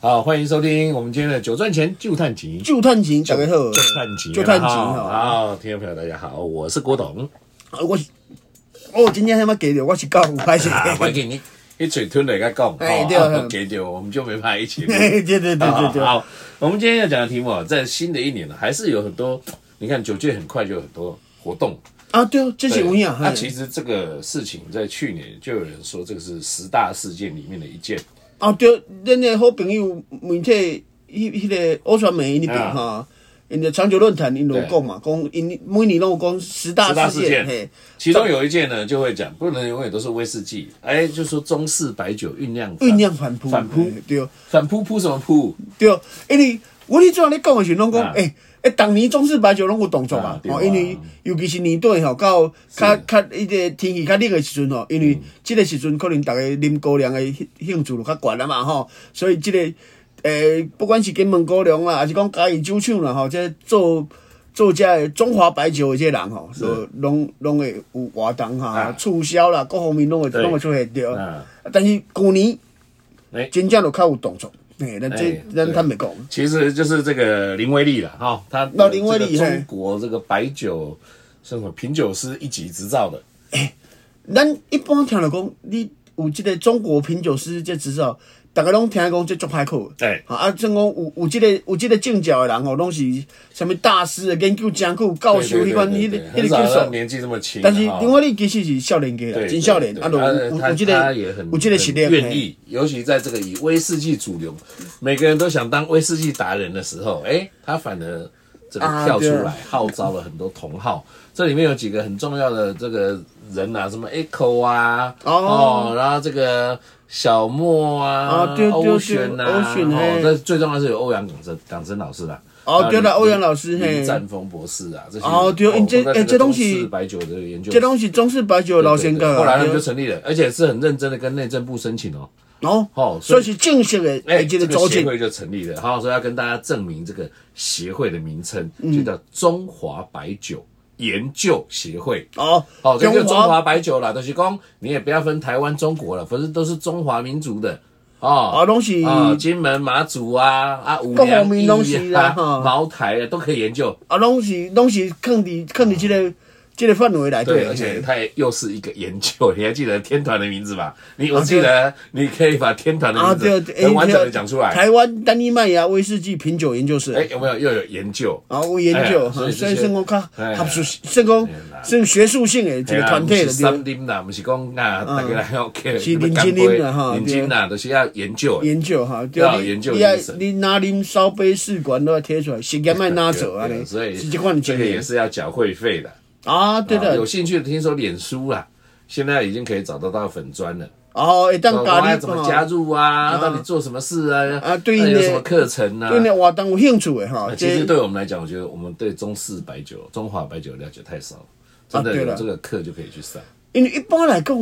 好，欢迎收听我们今天的《九赚钱啊就探集》。就探情，大家好，就探集，就探情哈。好，听众朋友大家好，我是郭董。啊我是，哦，今天他妈给的，我是教父拍摄。 啊，我给你一嘴吞了一个讲，哎哦对啊对不给酒我们就没法一起 录。啊对对对对对对，好，我们今天要讲的题目啊，在新的一年呢，还是有很多，你看九界很快就有很多活动。啊对哦，这是文雅。那嘿其实这个事情在去年就有人说，这个是十大事件里面的一件。啊对，恁的好朋友媒体，迄迄个欧传媒啊那边哈，因的长久论坛，因有对讲嘛，讲因每年都有讲十大十大事事件嘿，其中有一件呢，就会讲不能永远都是威士忌，哎，就说中式白酒酝酿酝酿反扑，反扑嘿对哦反扑扑什么扑？对哦，因为我你做你讲的时候，拢啊讲诶。诶，当年中式白酒拢有动作啊嘛，对啊哦，因为尤其是年底吼，到较较迄个天气较冷的时阵吼，嗯因为即个时阵可能逐个啉高粱的兴兴趣就较悬啊嘛吼，所以即、个诶、不管是金门高粱啦，还是讲嘉义酒厂啦吼，即做做遮的中华白酒的这人吼，就拢拢会有活动哈、啊促销啦，各方面拢会对拢会出现着。啊但是旧年哎真正就较有动作，嘿，咱哎这咱对坦白讲。其实就是这个林威利了哈，他那哦林威利这个嘿中国这个白酒什么品酒师一级执照的，咱一般听着讲，你有即个中国品酒师这执照，逐个拢听讲这足歹考的。对啊，啊，算讲有有即、个有即个证照的人吼，哦拢是什物大师的研究真久、教授迄款对迄个对迄很个少教人授。年纪这么轻，但是哈另外你其实是少年家啦，对真少年，啊，就对有有他有即他个也很有即个实力，很愿嘿。意，尤其在这个以威士忌主流，每个人都想当威士忌达人的时候，哎，他反而这个啊跳出对来，号召了很多同好。这里面有几个很重要的这个人啊，什么 Echo 啊，哦哦，然后这个小莫啊啊，对对对欧旋呐，欧旋哦嘿，这最重要是有欧阳港真港真老师啦。哦那对了林欧阳老师林嘿林占峰博士啊，这些哦对因这都在哎个这东中西式白酒的研究这拢是中式白酒的老先对对哥对后来他们就对成立了，而且是很认真的跟内政部申请哦。哦，哦所所以以是正式的，哎，诶，即这个个组协织。会就成立了，好，所以要跟大家证明这个协会的名称，嗯就叫中华白酒研究协会。哦，哦，这就中华白酒啦，就是讲你也不要分台湾、中国了，反正都是中华民族的哦。啊，拢是啊，金门、马祖啊，啊，五各粮方面液都是啦啊哈茅台啊，都可以研究。啊，拢是拢是放伫放伫即个即个范围内底啊对，的。而且嘿它也又是一个研究，你还记得天团的名字吧？你我记得，你可以把天团的啊，名对，字哦对哎很完整的讲出来。台湾单一麦芽威士忌品酒研究室，哎，有没有又有研究？啊，有研哎究，所所以以这些算讲较哎合术，算讲算学术性的一个团的体了，对三。丁啦，不哎是讲啊，大家来 OK，是认真啉啦哈认对真啊啦，都是要研究的。研究哈，对要你研究你爱精神你拿啉烧杯试管都要贴出来，实验卖拿走 啊对尼，所以是这款的这经个也验是要缴会费的。啊，对啊有的，兴趣的，听说脸书啦，现在已经可以找得到粉砖了。哦，会当我咖要喱怎么加哈，入啊？到底做什么事啊？啊对那有呢什么课程啊？对你活动有兴趣的哈，呃其实这对我们来讲，我觉得我们对中式白酒、中华白酒了解太少了，真啊的对有了这个课就可以去上。因为一般来讲，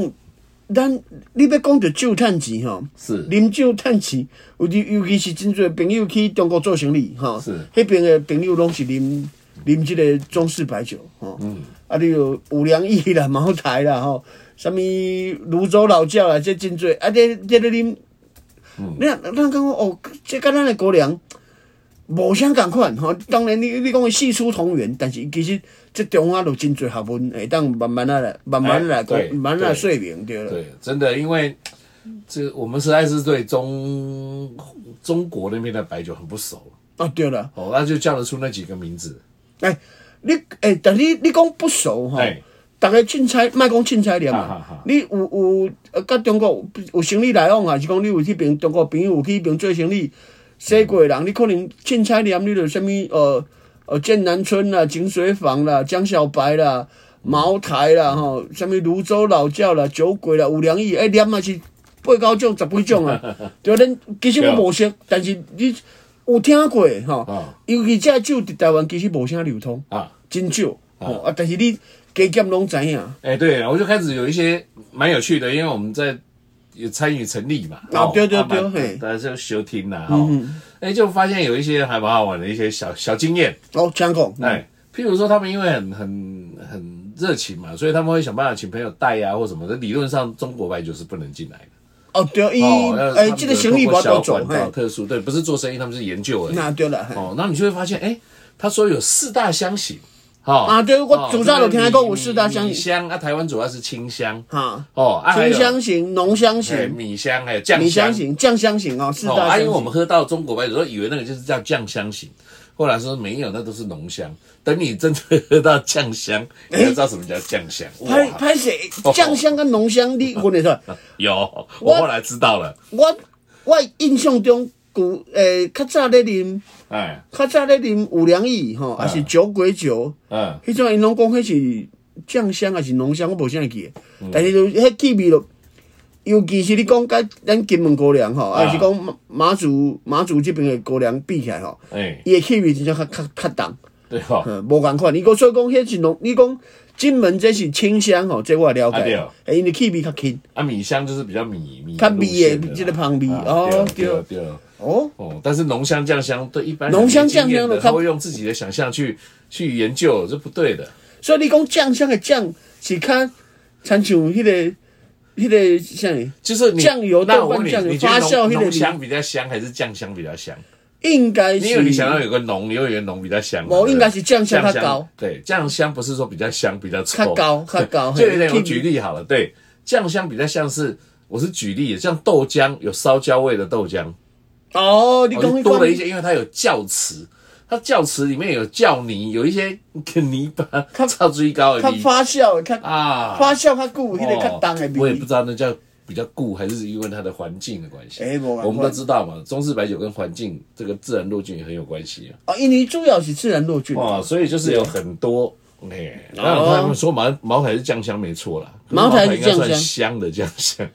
咱你要讲着酒趁钱吼，是啉酒趁钱，有尤尤其是真侪朋友去中国做生意吼，是迄边的朋友拢是啉啉即个中式白酒吼，嗯啊，你有五粮液啦、茅台啦吼，啥物泸州老窖啦，这真侪啊，这这咧啉，嗯你若咱讲哦，这甲咱的高粱。无啥共款吼，当然你你讲的系出同源，但是其实这中啊就真侪学问会当慢慢啊来慢慢啊来讲哎，对慢慢啊来说明对了。对，真的，因为这我们实在是对中中国那边的白酒很不熟啊，对了，哦，那就叫得出那几个名字。哎、你哎、但你你讲不熟吼哎，大家凊彩莫讲凊彩念哈哈哈嘛。你有有呃，甲中国有有生意来往，啊还是讲你有去边中国朋友有去边做生意，西过的人，你可能凊彩念，你就什物呃呃剑南春啦、井水坊啦、江小白啦、茅台啦吼，什物泸州老窖啦、酒鬼啦、五粮液，哎、念嘛是八九种、十几种 啊。对，咱其实我无熟，但是你有听过吼，啊尤其这酒伫台湾其实无啥流通。啊，真少哦啊，但是你加减拢知影，哎、对了，我就开始有一些蛮有趣的，因为我们在也参与成立嘛，啊对对对嘿嗯对，大家就休听啦，哈、哦，哎、就发现有一些还蛮好玩的一些小小经验，哦，讲讲，哎，譬如说他们因为很很啊很热情嘛，所以他们会想办法请朋友带呀、或什么的。理论上中国白酒是不能进来的，哦，对，伊哦，诶，这个行李不我要都走，嘿，特殊对，不是做生意，他们是研究而已。那对了，嘿哦，那你就会发现，哎，他说有四大香型，哦啊对我主要有听过有四大香型米香啊，台湾主要是清香，哈，哦，啊，还清有香型、浓香哎型、米香，还有酱米香型、酱香型哦，四哦，大啊，香因为我型。们喝到中国白酒，都以为那个就是叫酱香型，后来说没有，那都是浓香。等你真正喝到酱香，你才知道什么叫酱 香。拍哇，拍谁？哦酱香跟浓香你分得出来？有，我后来知道了。我我印象中古诶，较早咧啉，哎，较早咧啉五粮液吼，啊还是酒鬼酒，嗯，迄种因拢讲迄是酱香还是浓香，我无啥会记的，嗯但是就迄气味咯。尤其是你讲甲咱金门高粱吼，啊还是讲马马祖马祖这边的高粱比起来吼，哎，伊的气味真正较较较重。对哦，嗯，无共款。你讲所以讲，迄是农，你讲金门这是清香吼，这我了解。啊对诶、因为气味较轻。啊，米香就是比较米米较路米线的啦这个香味啊哦对对哦对哦哦，哦，但是浓香酱香对一般人浓香没经验酱香的的他它会用自己的想象去去研究，这不对的。所以你讲酱香的酱是较亲像迄、个、迄、个啥物？就是你酱油那豆我瓣问你，酱油你觉得发酵浓那个浓里香比较香，还是酱香比较香？应该因为是你想要有个浓，你会觉得浓比较香嘛。无对不对应该是酱香较高。对，酱香不是说比较香，比较臭。较高较高就有点嘿我举例好了，对，酱香比较像是，我是举例，像豆浆有烧焦味的豆浆，哦，你哦讲就迄多了一款些，因为它有酵池，它酵池里面有酵泥，有一些泥巴，它超最高的较泥发酵的、较、啊，发酵较久，迄、个较重的哦我也味不。知道那叫比较固，还是因为它的环境的关系。哎没办法我们都知道嘛，中式白酒跟环境这个自然落菌也很有关系啊。哦，因为主要是自然落菌。哦，所以就是有很多。哎，那哦他们说茅茅台是酱香没错啦，茅台是应该算酱香香的酱香，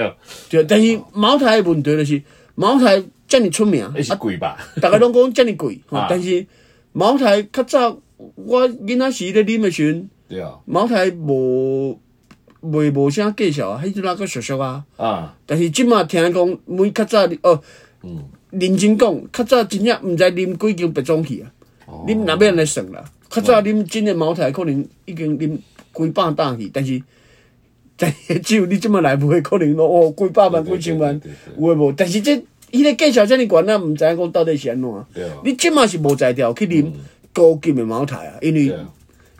对，但是茅台的问题就是茅台遮尔出名，那哎是啊，贵吧？大家拢讲遮尔贵，吼、啊但是茅台较早我囡仔时咧啉的时阵。对啊，茅台无袂无啥介绍啊，迄阵啊个熟熟啊。啊，但是即马听讲，每较早哦，嗯认真讲，较早真正毋知啉几斤白种去啊。哦啉若要来算啦，较早啉真诶茅台可能已经啉几百担去，但是但是只有你即马来买，可能哦几百万、对几千万对对对有诶无？但是这伊个介绍遮尔悬啊，毋知影讲到底是安怎样对啊。你即马是无才调去啉高级诶茅台啊，因为对啊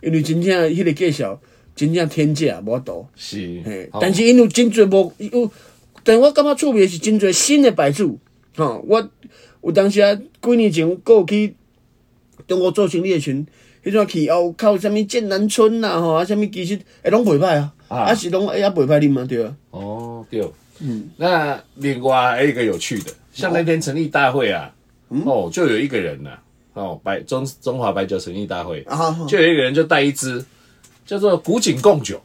因为真正迄个介绍真正天价无度。是嘿，，但是因有真侪无有，但我感觉趣味是真侪新的牌子，吼、我有当时啊，几年前还有去中国做生意的时阵，迄阵去后靠啥物剑南春啦、吼啊啥物，其实会拢袂歹啊，啊啊是拢会啊袂歹啉嘛，对啊，哦，对，嗯，那另外还有一个有趣的，像那天成立大会啊，嗯哦，就有一个人呐、哦，白中中华白酒成立大会，啊，就有一个人就带一支叫做古井贡酒，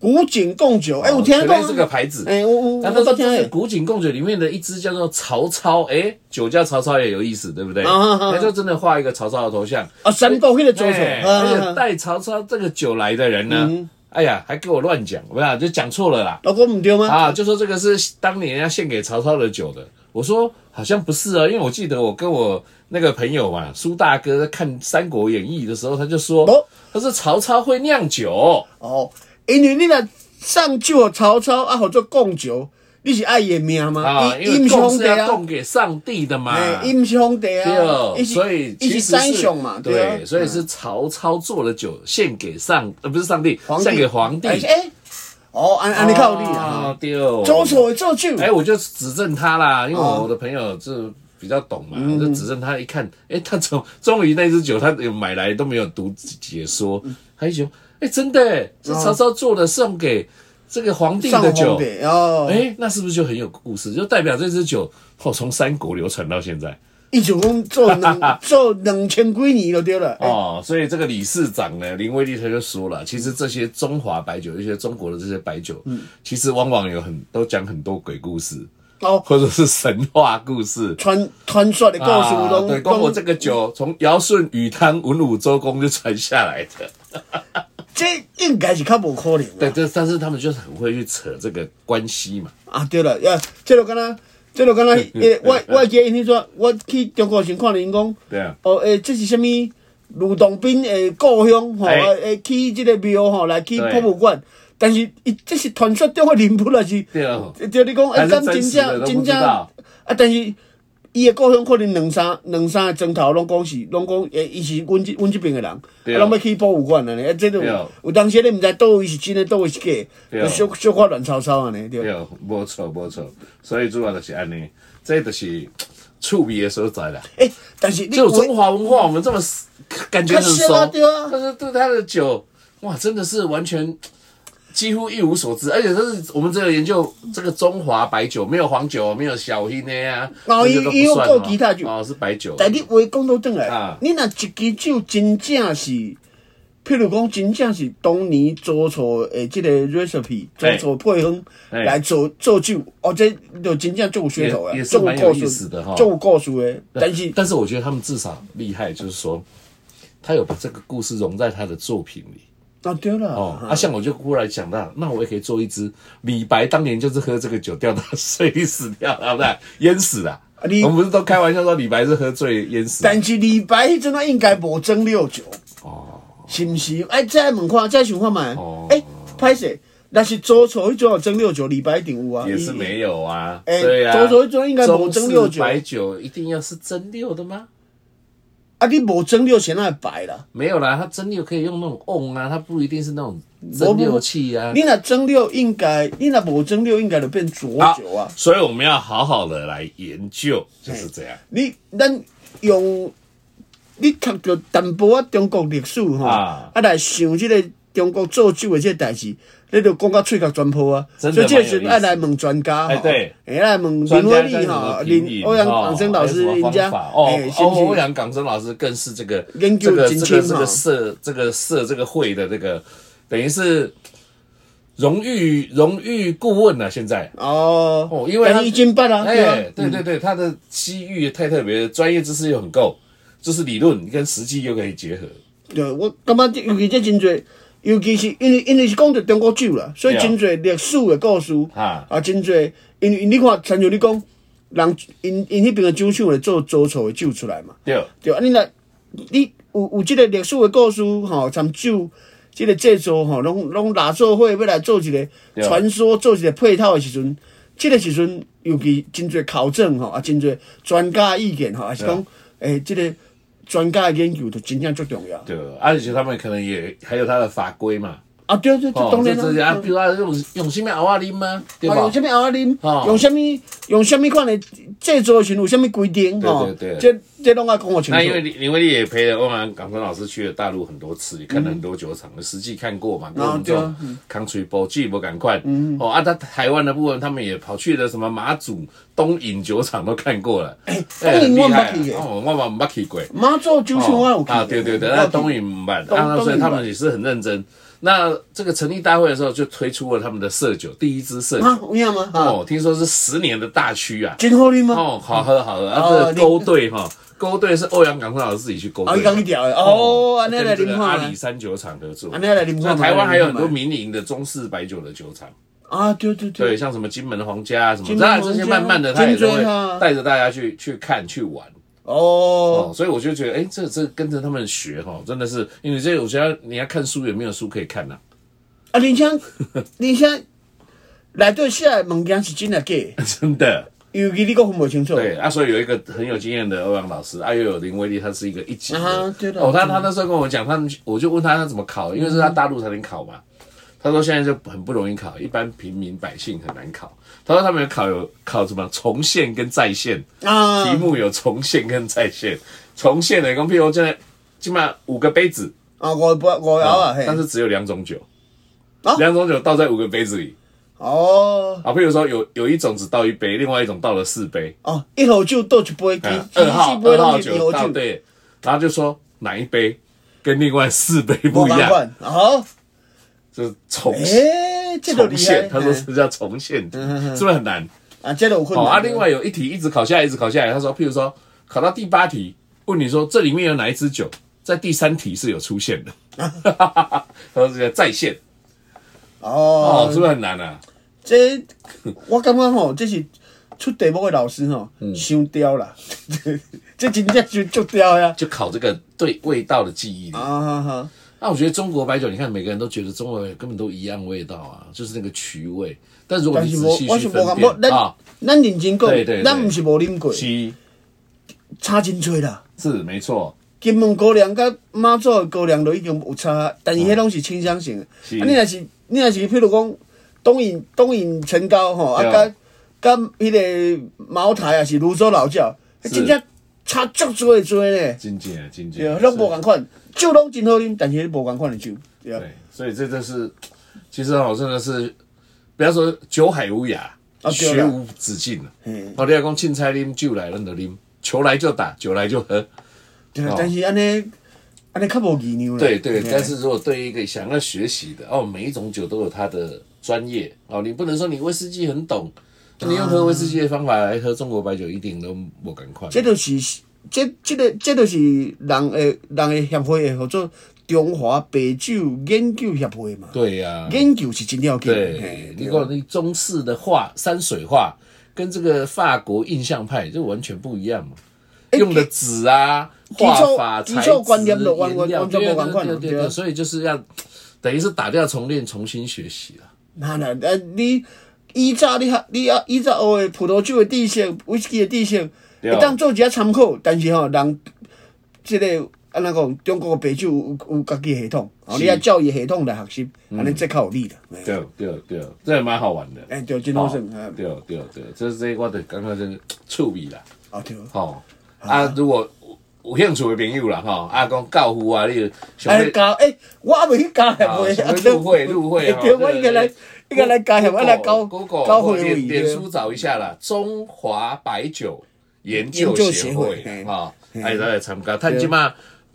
古井贡酒，哎、有哦听可过、能是个牌子，哎、我我我那他都说听这是诶，古井贡酒里面的一支叫做曹操，哎，酒叫曹操也有意思，对不对？啊啊啊那就真的画一个曹操的头像，啊，三国迄个左手，哎而且啊，嗯带曹操这个酒来的人呢，哎呀，还给我乱讲，不啊要就讲错了啦，老公毋对吗？啊，就说这个是当年要献给曹操的酒的。我说好像不是啊，因为我记得我跟我那个朋友嘛，苏大哥在看《三国演义》的时候，他就哦说，他说曹操会酿酒，哦，因为你若上酒给曹操啊，或做贡酒，你是爱伊的命吗啊，？伊因伊毋为是供皇是帝要啊。供给上帝的嘛。哎，伊毋是皇帝啊，伊对，哦是所以其伊是实三雄嘛，啊对，所以是曹操做了酒献给上，呃，不是上帝皇，帝献给皇帝哦哎，哎，哦，安安尼靠你啊，，对，左手会做酒，哎，我就指正他啦，因为哦嗯我的朋友就比较懂嘛，我就指正他一看，哎，他从 终于那支酒他有买来都没有读解说，嗯他一想，哎，真的，哎是曹操做的，送给这个皇帝哦上的皇酒，帝哦，哎，那是不是就很有故事？就代表这支酒哦，从三国流传到现在。伊就讲做两做两千几年就对了，哎哦，所以这个理事长呢，林威利他就说了，其实这些中华白酒，一些中国的这些白酒，其实往往有很都讲很多鬼故事，哦，或者是神话故 事。传传说的故事啊拢对，光我这个酒从尧舜禹汤文武周公就传下来的，这应该是较无可能啊， 对，这但是他们就是很会去扯这个关系嘛，啊，对了，呀，这就敢若，这就敢嗯若，诶，我我会记得因迄阵我去中国时看着因讲，对啊哦，诶，这是什么？吕洞宾诶故乡吼，哎诶，去即个庙吼来去对博物馆，但是伊这是传说中的人物啦，是。对啊，对你讲，哎，还咱是真真实的都正不真知正啊道，，但是伊的故乡可能两三两三个钟头拢讲是，拢讲诶，伊是阮即阮即边的人，啊对啊拢要去博物馆安尼，啊，这都对啊有当时你毋知倒位是真诶，倒位是假的，对啊有小小可乱糟糟安尼，对对，无哎错无错，所以主要就是安尼，这就是趣味的所在啦。诶，哎但是你就有中华文化，我们这么感觉很熟较深啊对啊，但是对他的酒，哇，真的是完全几乎一无所知，而且这是我们只有研究这个中华白酒，没有黄酒，没有小黑的呀，哦这些都也也有不算够哦其他酒哦，是白酒，但你话讲倒转来，啊你若一支酒真正是，譬如讲真正是当年做错诶，即个 recipe 做嘿错配方嘿来做做酒，哦，这就真正做有噱头也诶，也是做蛮有有故意事思的哈做有故事诶。但是但是我觉得他们至少厉害，就是说他有把这个故事融在他的作品里。啊，对啦，哦，啊，像我就忽然想到，那我也可以做一支。李白当年就是喝这个酒掉到 水里死掉，啊，不是淹死的。啊你我们不是都开玩笑说李白是喝醉淹死的？但是李白迄阵啊，应该无蒸馏酒，是毋是？哎，再问看，再想看觅。哦哎，歹势，若是做错迄阵啊有蒸馏酒，李白一定有啊，也是伊没有啊。哎对啊，周周周应该某蒸馏酒中式白酒一定要是蒸馏的吗？啊，你无蒸馏谁哪会白啦？没有啦，它蒸馏可以用那种瓮啊，它不一定是那种蒸不不不馏器啊。你若蒸馏应该，你若无蒸馏应该就变浊酒啊。哎所以我们要好好的来研究，就是这样。你咱用你读着淡薄仔中国历史吼，啊啊来想即个中国做酒的即个代志，你就讲到喙角全破啊。所真以的即个时阵爱蛮有意思来问专家哎吼，对哎来问专林家在威利怎么吼，评林饮欧阳哦港生老师有什么人家，方法哦哎，是哦，不欧是？阳港生老师更是这个研究这个精这个进这哦个社这个社这个会的这个等于是荣誉荣誉顾问了、啊现在。哦哦因为他但是已经捌啊，哎、对啊，对对对，他的机遇太特别，专业知识又很够，就是理论跟实际又可以结合。对，我感觉这尤其这真侪，尤其是因为因为是讲着中国酒啦，所以对啊真侪历史的故事啊啊，真侪因为因为你看，参照你讲，人因因迄边的酒厂会做做错的酒出来嘛，对，对啊，你若你有有即个历史的故事吼，参酒即个制作吼，拢拢拿做伙要来做一个对啊传说，做一个配套的时阵，即、个时阵尤其真侪考证吼，啊，真侪专家的意见吼，还是啊讲诶，即、个专家的研究就真正足重要。对，而且他们可能也还有他的法规嘛。啊，嗯对对，这哦，当然这这些啊，啦。比如说用用什么奥瓦林吗？对啊，吧用？什么熬啉哦，用什么用什么款的制作的时候有什么规定吼对对？这这拢要讲我清那因为楚。林林威利也陪了欧阳港生老师去了大陆很多次，也看了很多酒厂，实际看过嗯嘛，跟我哦们这啊种 country b o 剧不赶快，哦啊，他台湾的部分他们也跑去了什么马祖东引酒厂都看过了，哎东很引我厉没害去耶啊哦，我嘛没去过，妈祖酒厂我有去哦啊，对对对，那东影影版，东啊，所东以影他版们也是很认真。那这个成立大会的时候，就推出了他们的色酒，第一支色啊酒，有影吗？啊，哦，听说是十年的大曲啊，真好啉吗？ 哦，好喝好喝，啊，哦这个勾兑哈，勾兑是欧阳港生老师自己去勾啊，兑的嗯伊讲。去调的哦，安尼跟来这啉个看阿嘛里。山酒厂合作安。尼来啉那看嘛。台湾还有很多来啉看嘛民营的中式白酒的酒厂，啊，对对对对，，像什么金门皇家啊什么，金门当然皇这些家慢慢的他也都金锥啊会带着大家去去看去玩。哦，哦，所以我就觉得，哎，这这跟着他们学哈，真的是，因为这我觉得你要看书也没有书可以看呐、啊，而且而且内底写的物件是真的假 的，真的。尤其你个分不清楚。对啊，所以有一个很有经验的欧阳老师，啊又有林威利，他是一个一级的。啊对的哦，他对的嗯他那时候跟我讲，他们我就问他他怎么考，因为是他大陆才能考嘛。他说现在就很不容易考，一般平民百姓很难考。他说他们有考有考什么重现跟再现，啊题目有重现跟再现。重现的，讲譬如现在起码五个杯子，啊，五杯五窑啊，嘿但，是只有两种酒啊，两种酒倒在五个杯子里哦。啊。譬如说有有一种只倒一杯，另外一种倒了四杯。哦，一口酒倒一杯，其嗯其二号实二拢号是酒倒对，然后就说哪一杯跟另外四杯无不一共样，款。好，就是重诶，哎这个重厉现，害。哎嗯他说是叫重现题，是不是很难？啊，这个有困哦难。啊，另外有一题一直考下来，一直考下来，他说，譬如说考到第八题，问你说这里面有哪一支酒，在第三题是有出现的， 他说这叫再现，哦，哦，是不是很难啊？这哦我感觉吼，这是出题目的老师吼，嗯伤刁啦， 这真正是足刁呀。就考这个对味道的记忆力啊哈哈，那我觉得中国白酒，你看每个人都觉得中国白酒根本都一样味道啊，就是那个曲味。但如果但你是仔无细，我去是无分感觉，辨咱啊，咱认真对对对讲，咱毋是无啉过，是差真多啦。是没错，金门高粱甲马祖的高粱都已经有差，但是迄拢是清香型的。哎是啊，你若是你若是，譬如讲东引东引陈高吼，啊，对甲甲迄个茅台啊是泸州老窖，是真正差足多的多呢。经典经对啊典，，拢无共款，酒拢真好啉，但是无共款的酒，对。啊对，所以这就是，其实哦，真的是，不要说酒海无涯，啊对学啦无止境了。啊哦嗯我你要讲凊彩啉酒来，咱就啉，球来就打，酒来就喝。对啊哦，但是安尼安尼较无意牛啦。对对，啊但是如果对于一个想要学习的哦，每一种酒都有它的专业哦，你不能说你威士忌很懂，你用喝威士忌的方法来喝中国白酒，一点都不赶快。这就是这这个这就是人诶人诶协会诶，叫做中华白酒研究协会嘛。对呀、研究是真要紧。对嘿，你讲你中式的画山水画跟这个法国印象派就完全不一样嘛，用哎的纸啊、基画础法、基材质、础观念都完颜料，完全对不同款对了对对对，啊所以就是要等于是打掉重练，重新学习了。那那啊，你以早你学你啊，以早学诶葡萄酒诶知识、威士忌诶知识，对啊会当做一下参考。但是吼、人即、个安怎讲，中国诶白酒有有有家己诶系统，吼、你啊照伊系统来学习，安尼则较有利啦。嘿嗯对对对，这也蛮好玩的。哎、对，真好耍。啊对对对，这是这我的刚刚真趣味啦，啊对。吼、啊，如果有有兴趣的朋友啦，吼，啊，讲教父啊，你有想哎，要加哎，我还未去加协啊会，想要入会入会， 对，我应该来，应该来加协会来搞 Google 搞或会脸议脸对书找一下啦，中华白酒研究研究协协会会嘿啊，哎，来参加，但即嘛。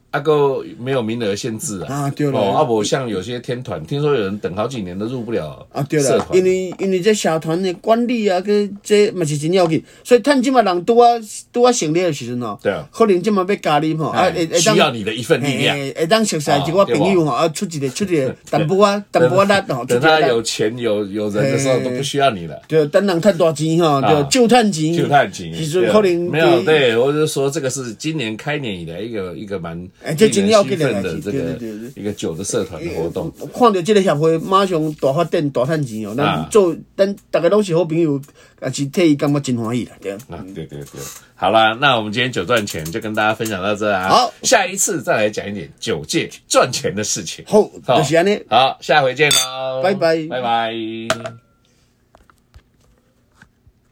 啊个没有名额限制啊！啊对了哦，啊无像有些天团，听说有人等好几年都入不了啊，对社啦，团因为因为这社团的管理啊，佮这嘛是真要紧，所以趁即嘛人拄啊拄啊成立的时阵吼，对啊可能即嘛要加入吼，啊哎会会需要当你的一份力量。会当熟悉一啊寡对朋友吼，啊出 一个出一个淡薄啊淡薄啊力吼，出一等个他力有钱有有人的时候嘿都不需要你了。就等人趁大钱吼，啊就就趁钱，就探情，时阵对啊可能没有对对，我就说这个是今年开年以来一个一个蛮哎这真要紧的令人兴奋的这对对个对对哎一个酒的社团的活动，看到即个协会，马上大发展、大趁钱哦！啊咱做，咱大家拢是好朋友，也是替伊感觉真欢喜啦，对。啊，对对对，好啦，那我们今天酒赚钱就跟大家分享到这啊，好下一次再来讲一点酒界赚钱的事情，好，就是安尼。好，下回见喽，拜拜拜拜。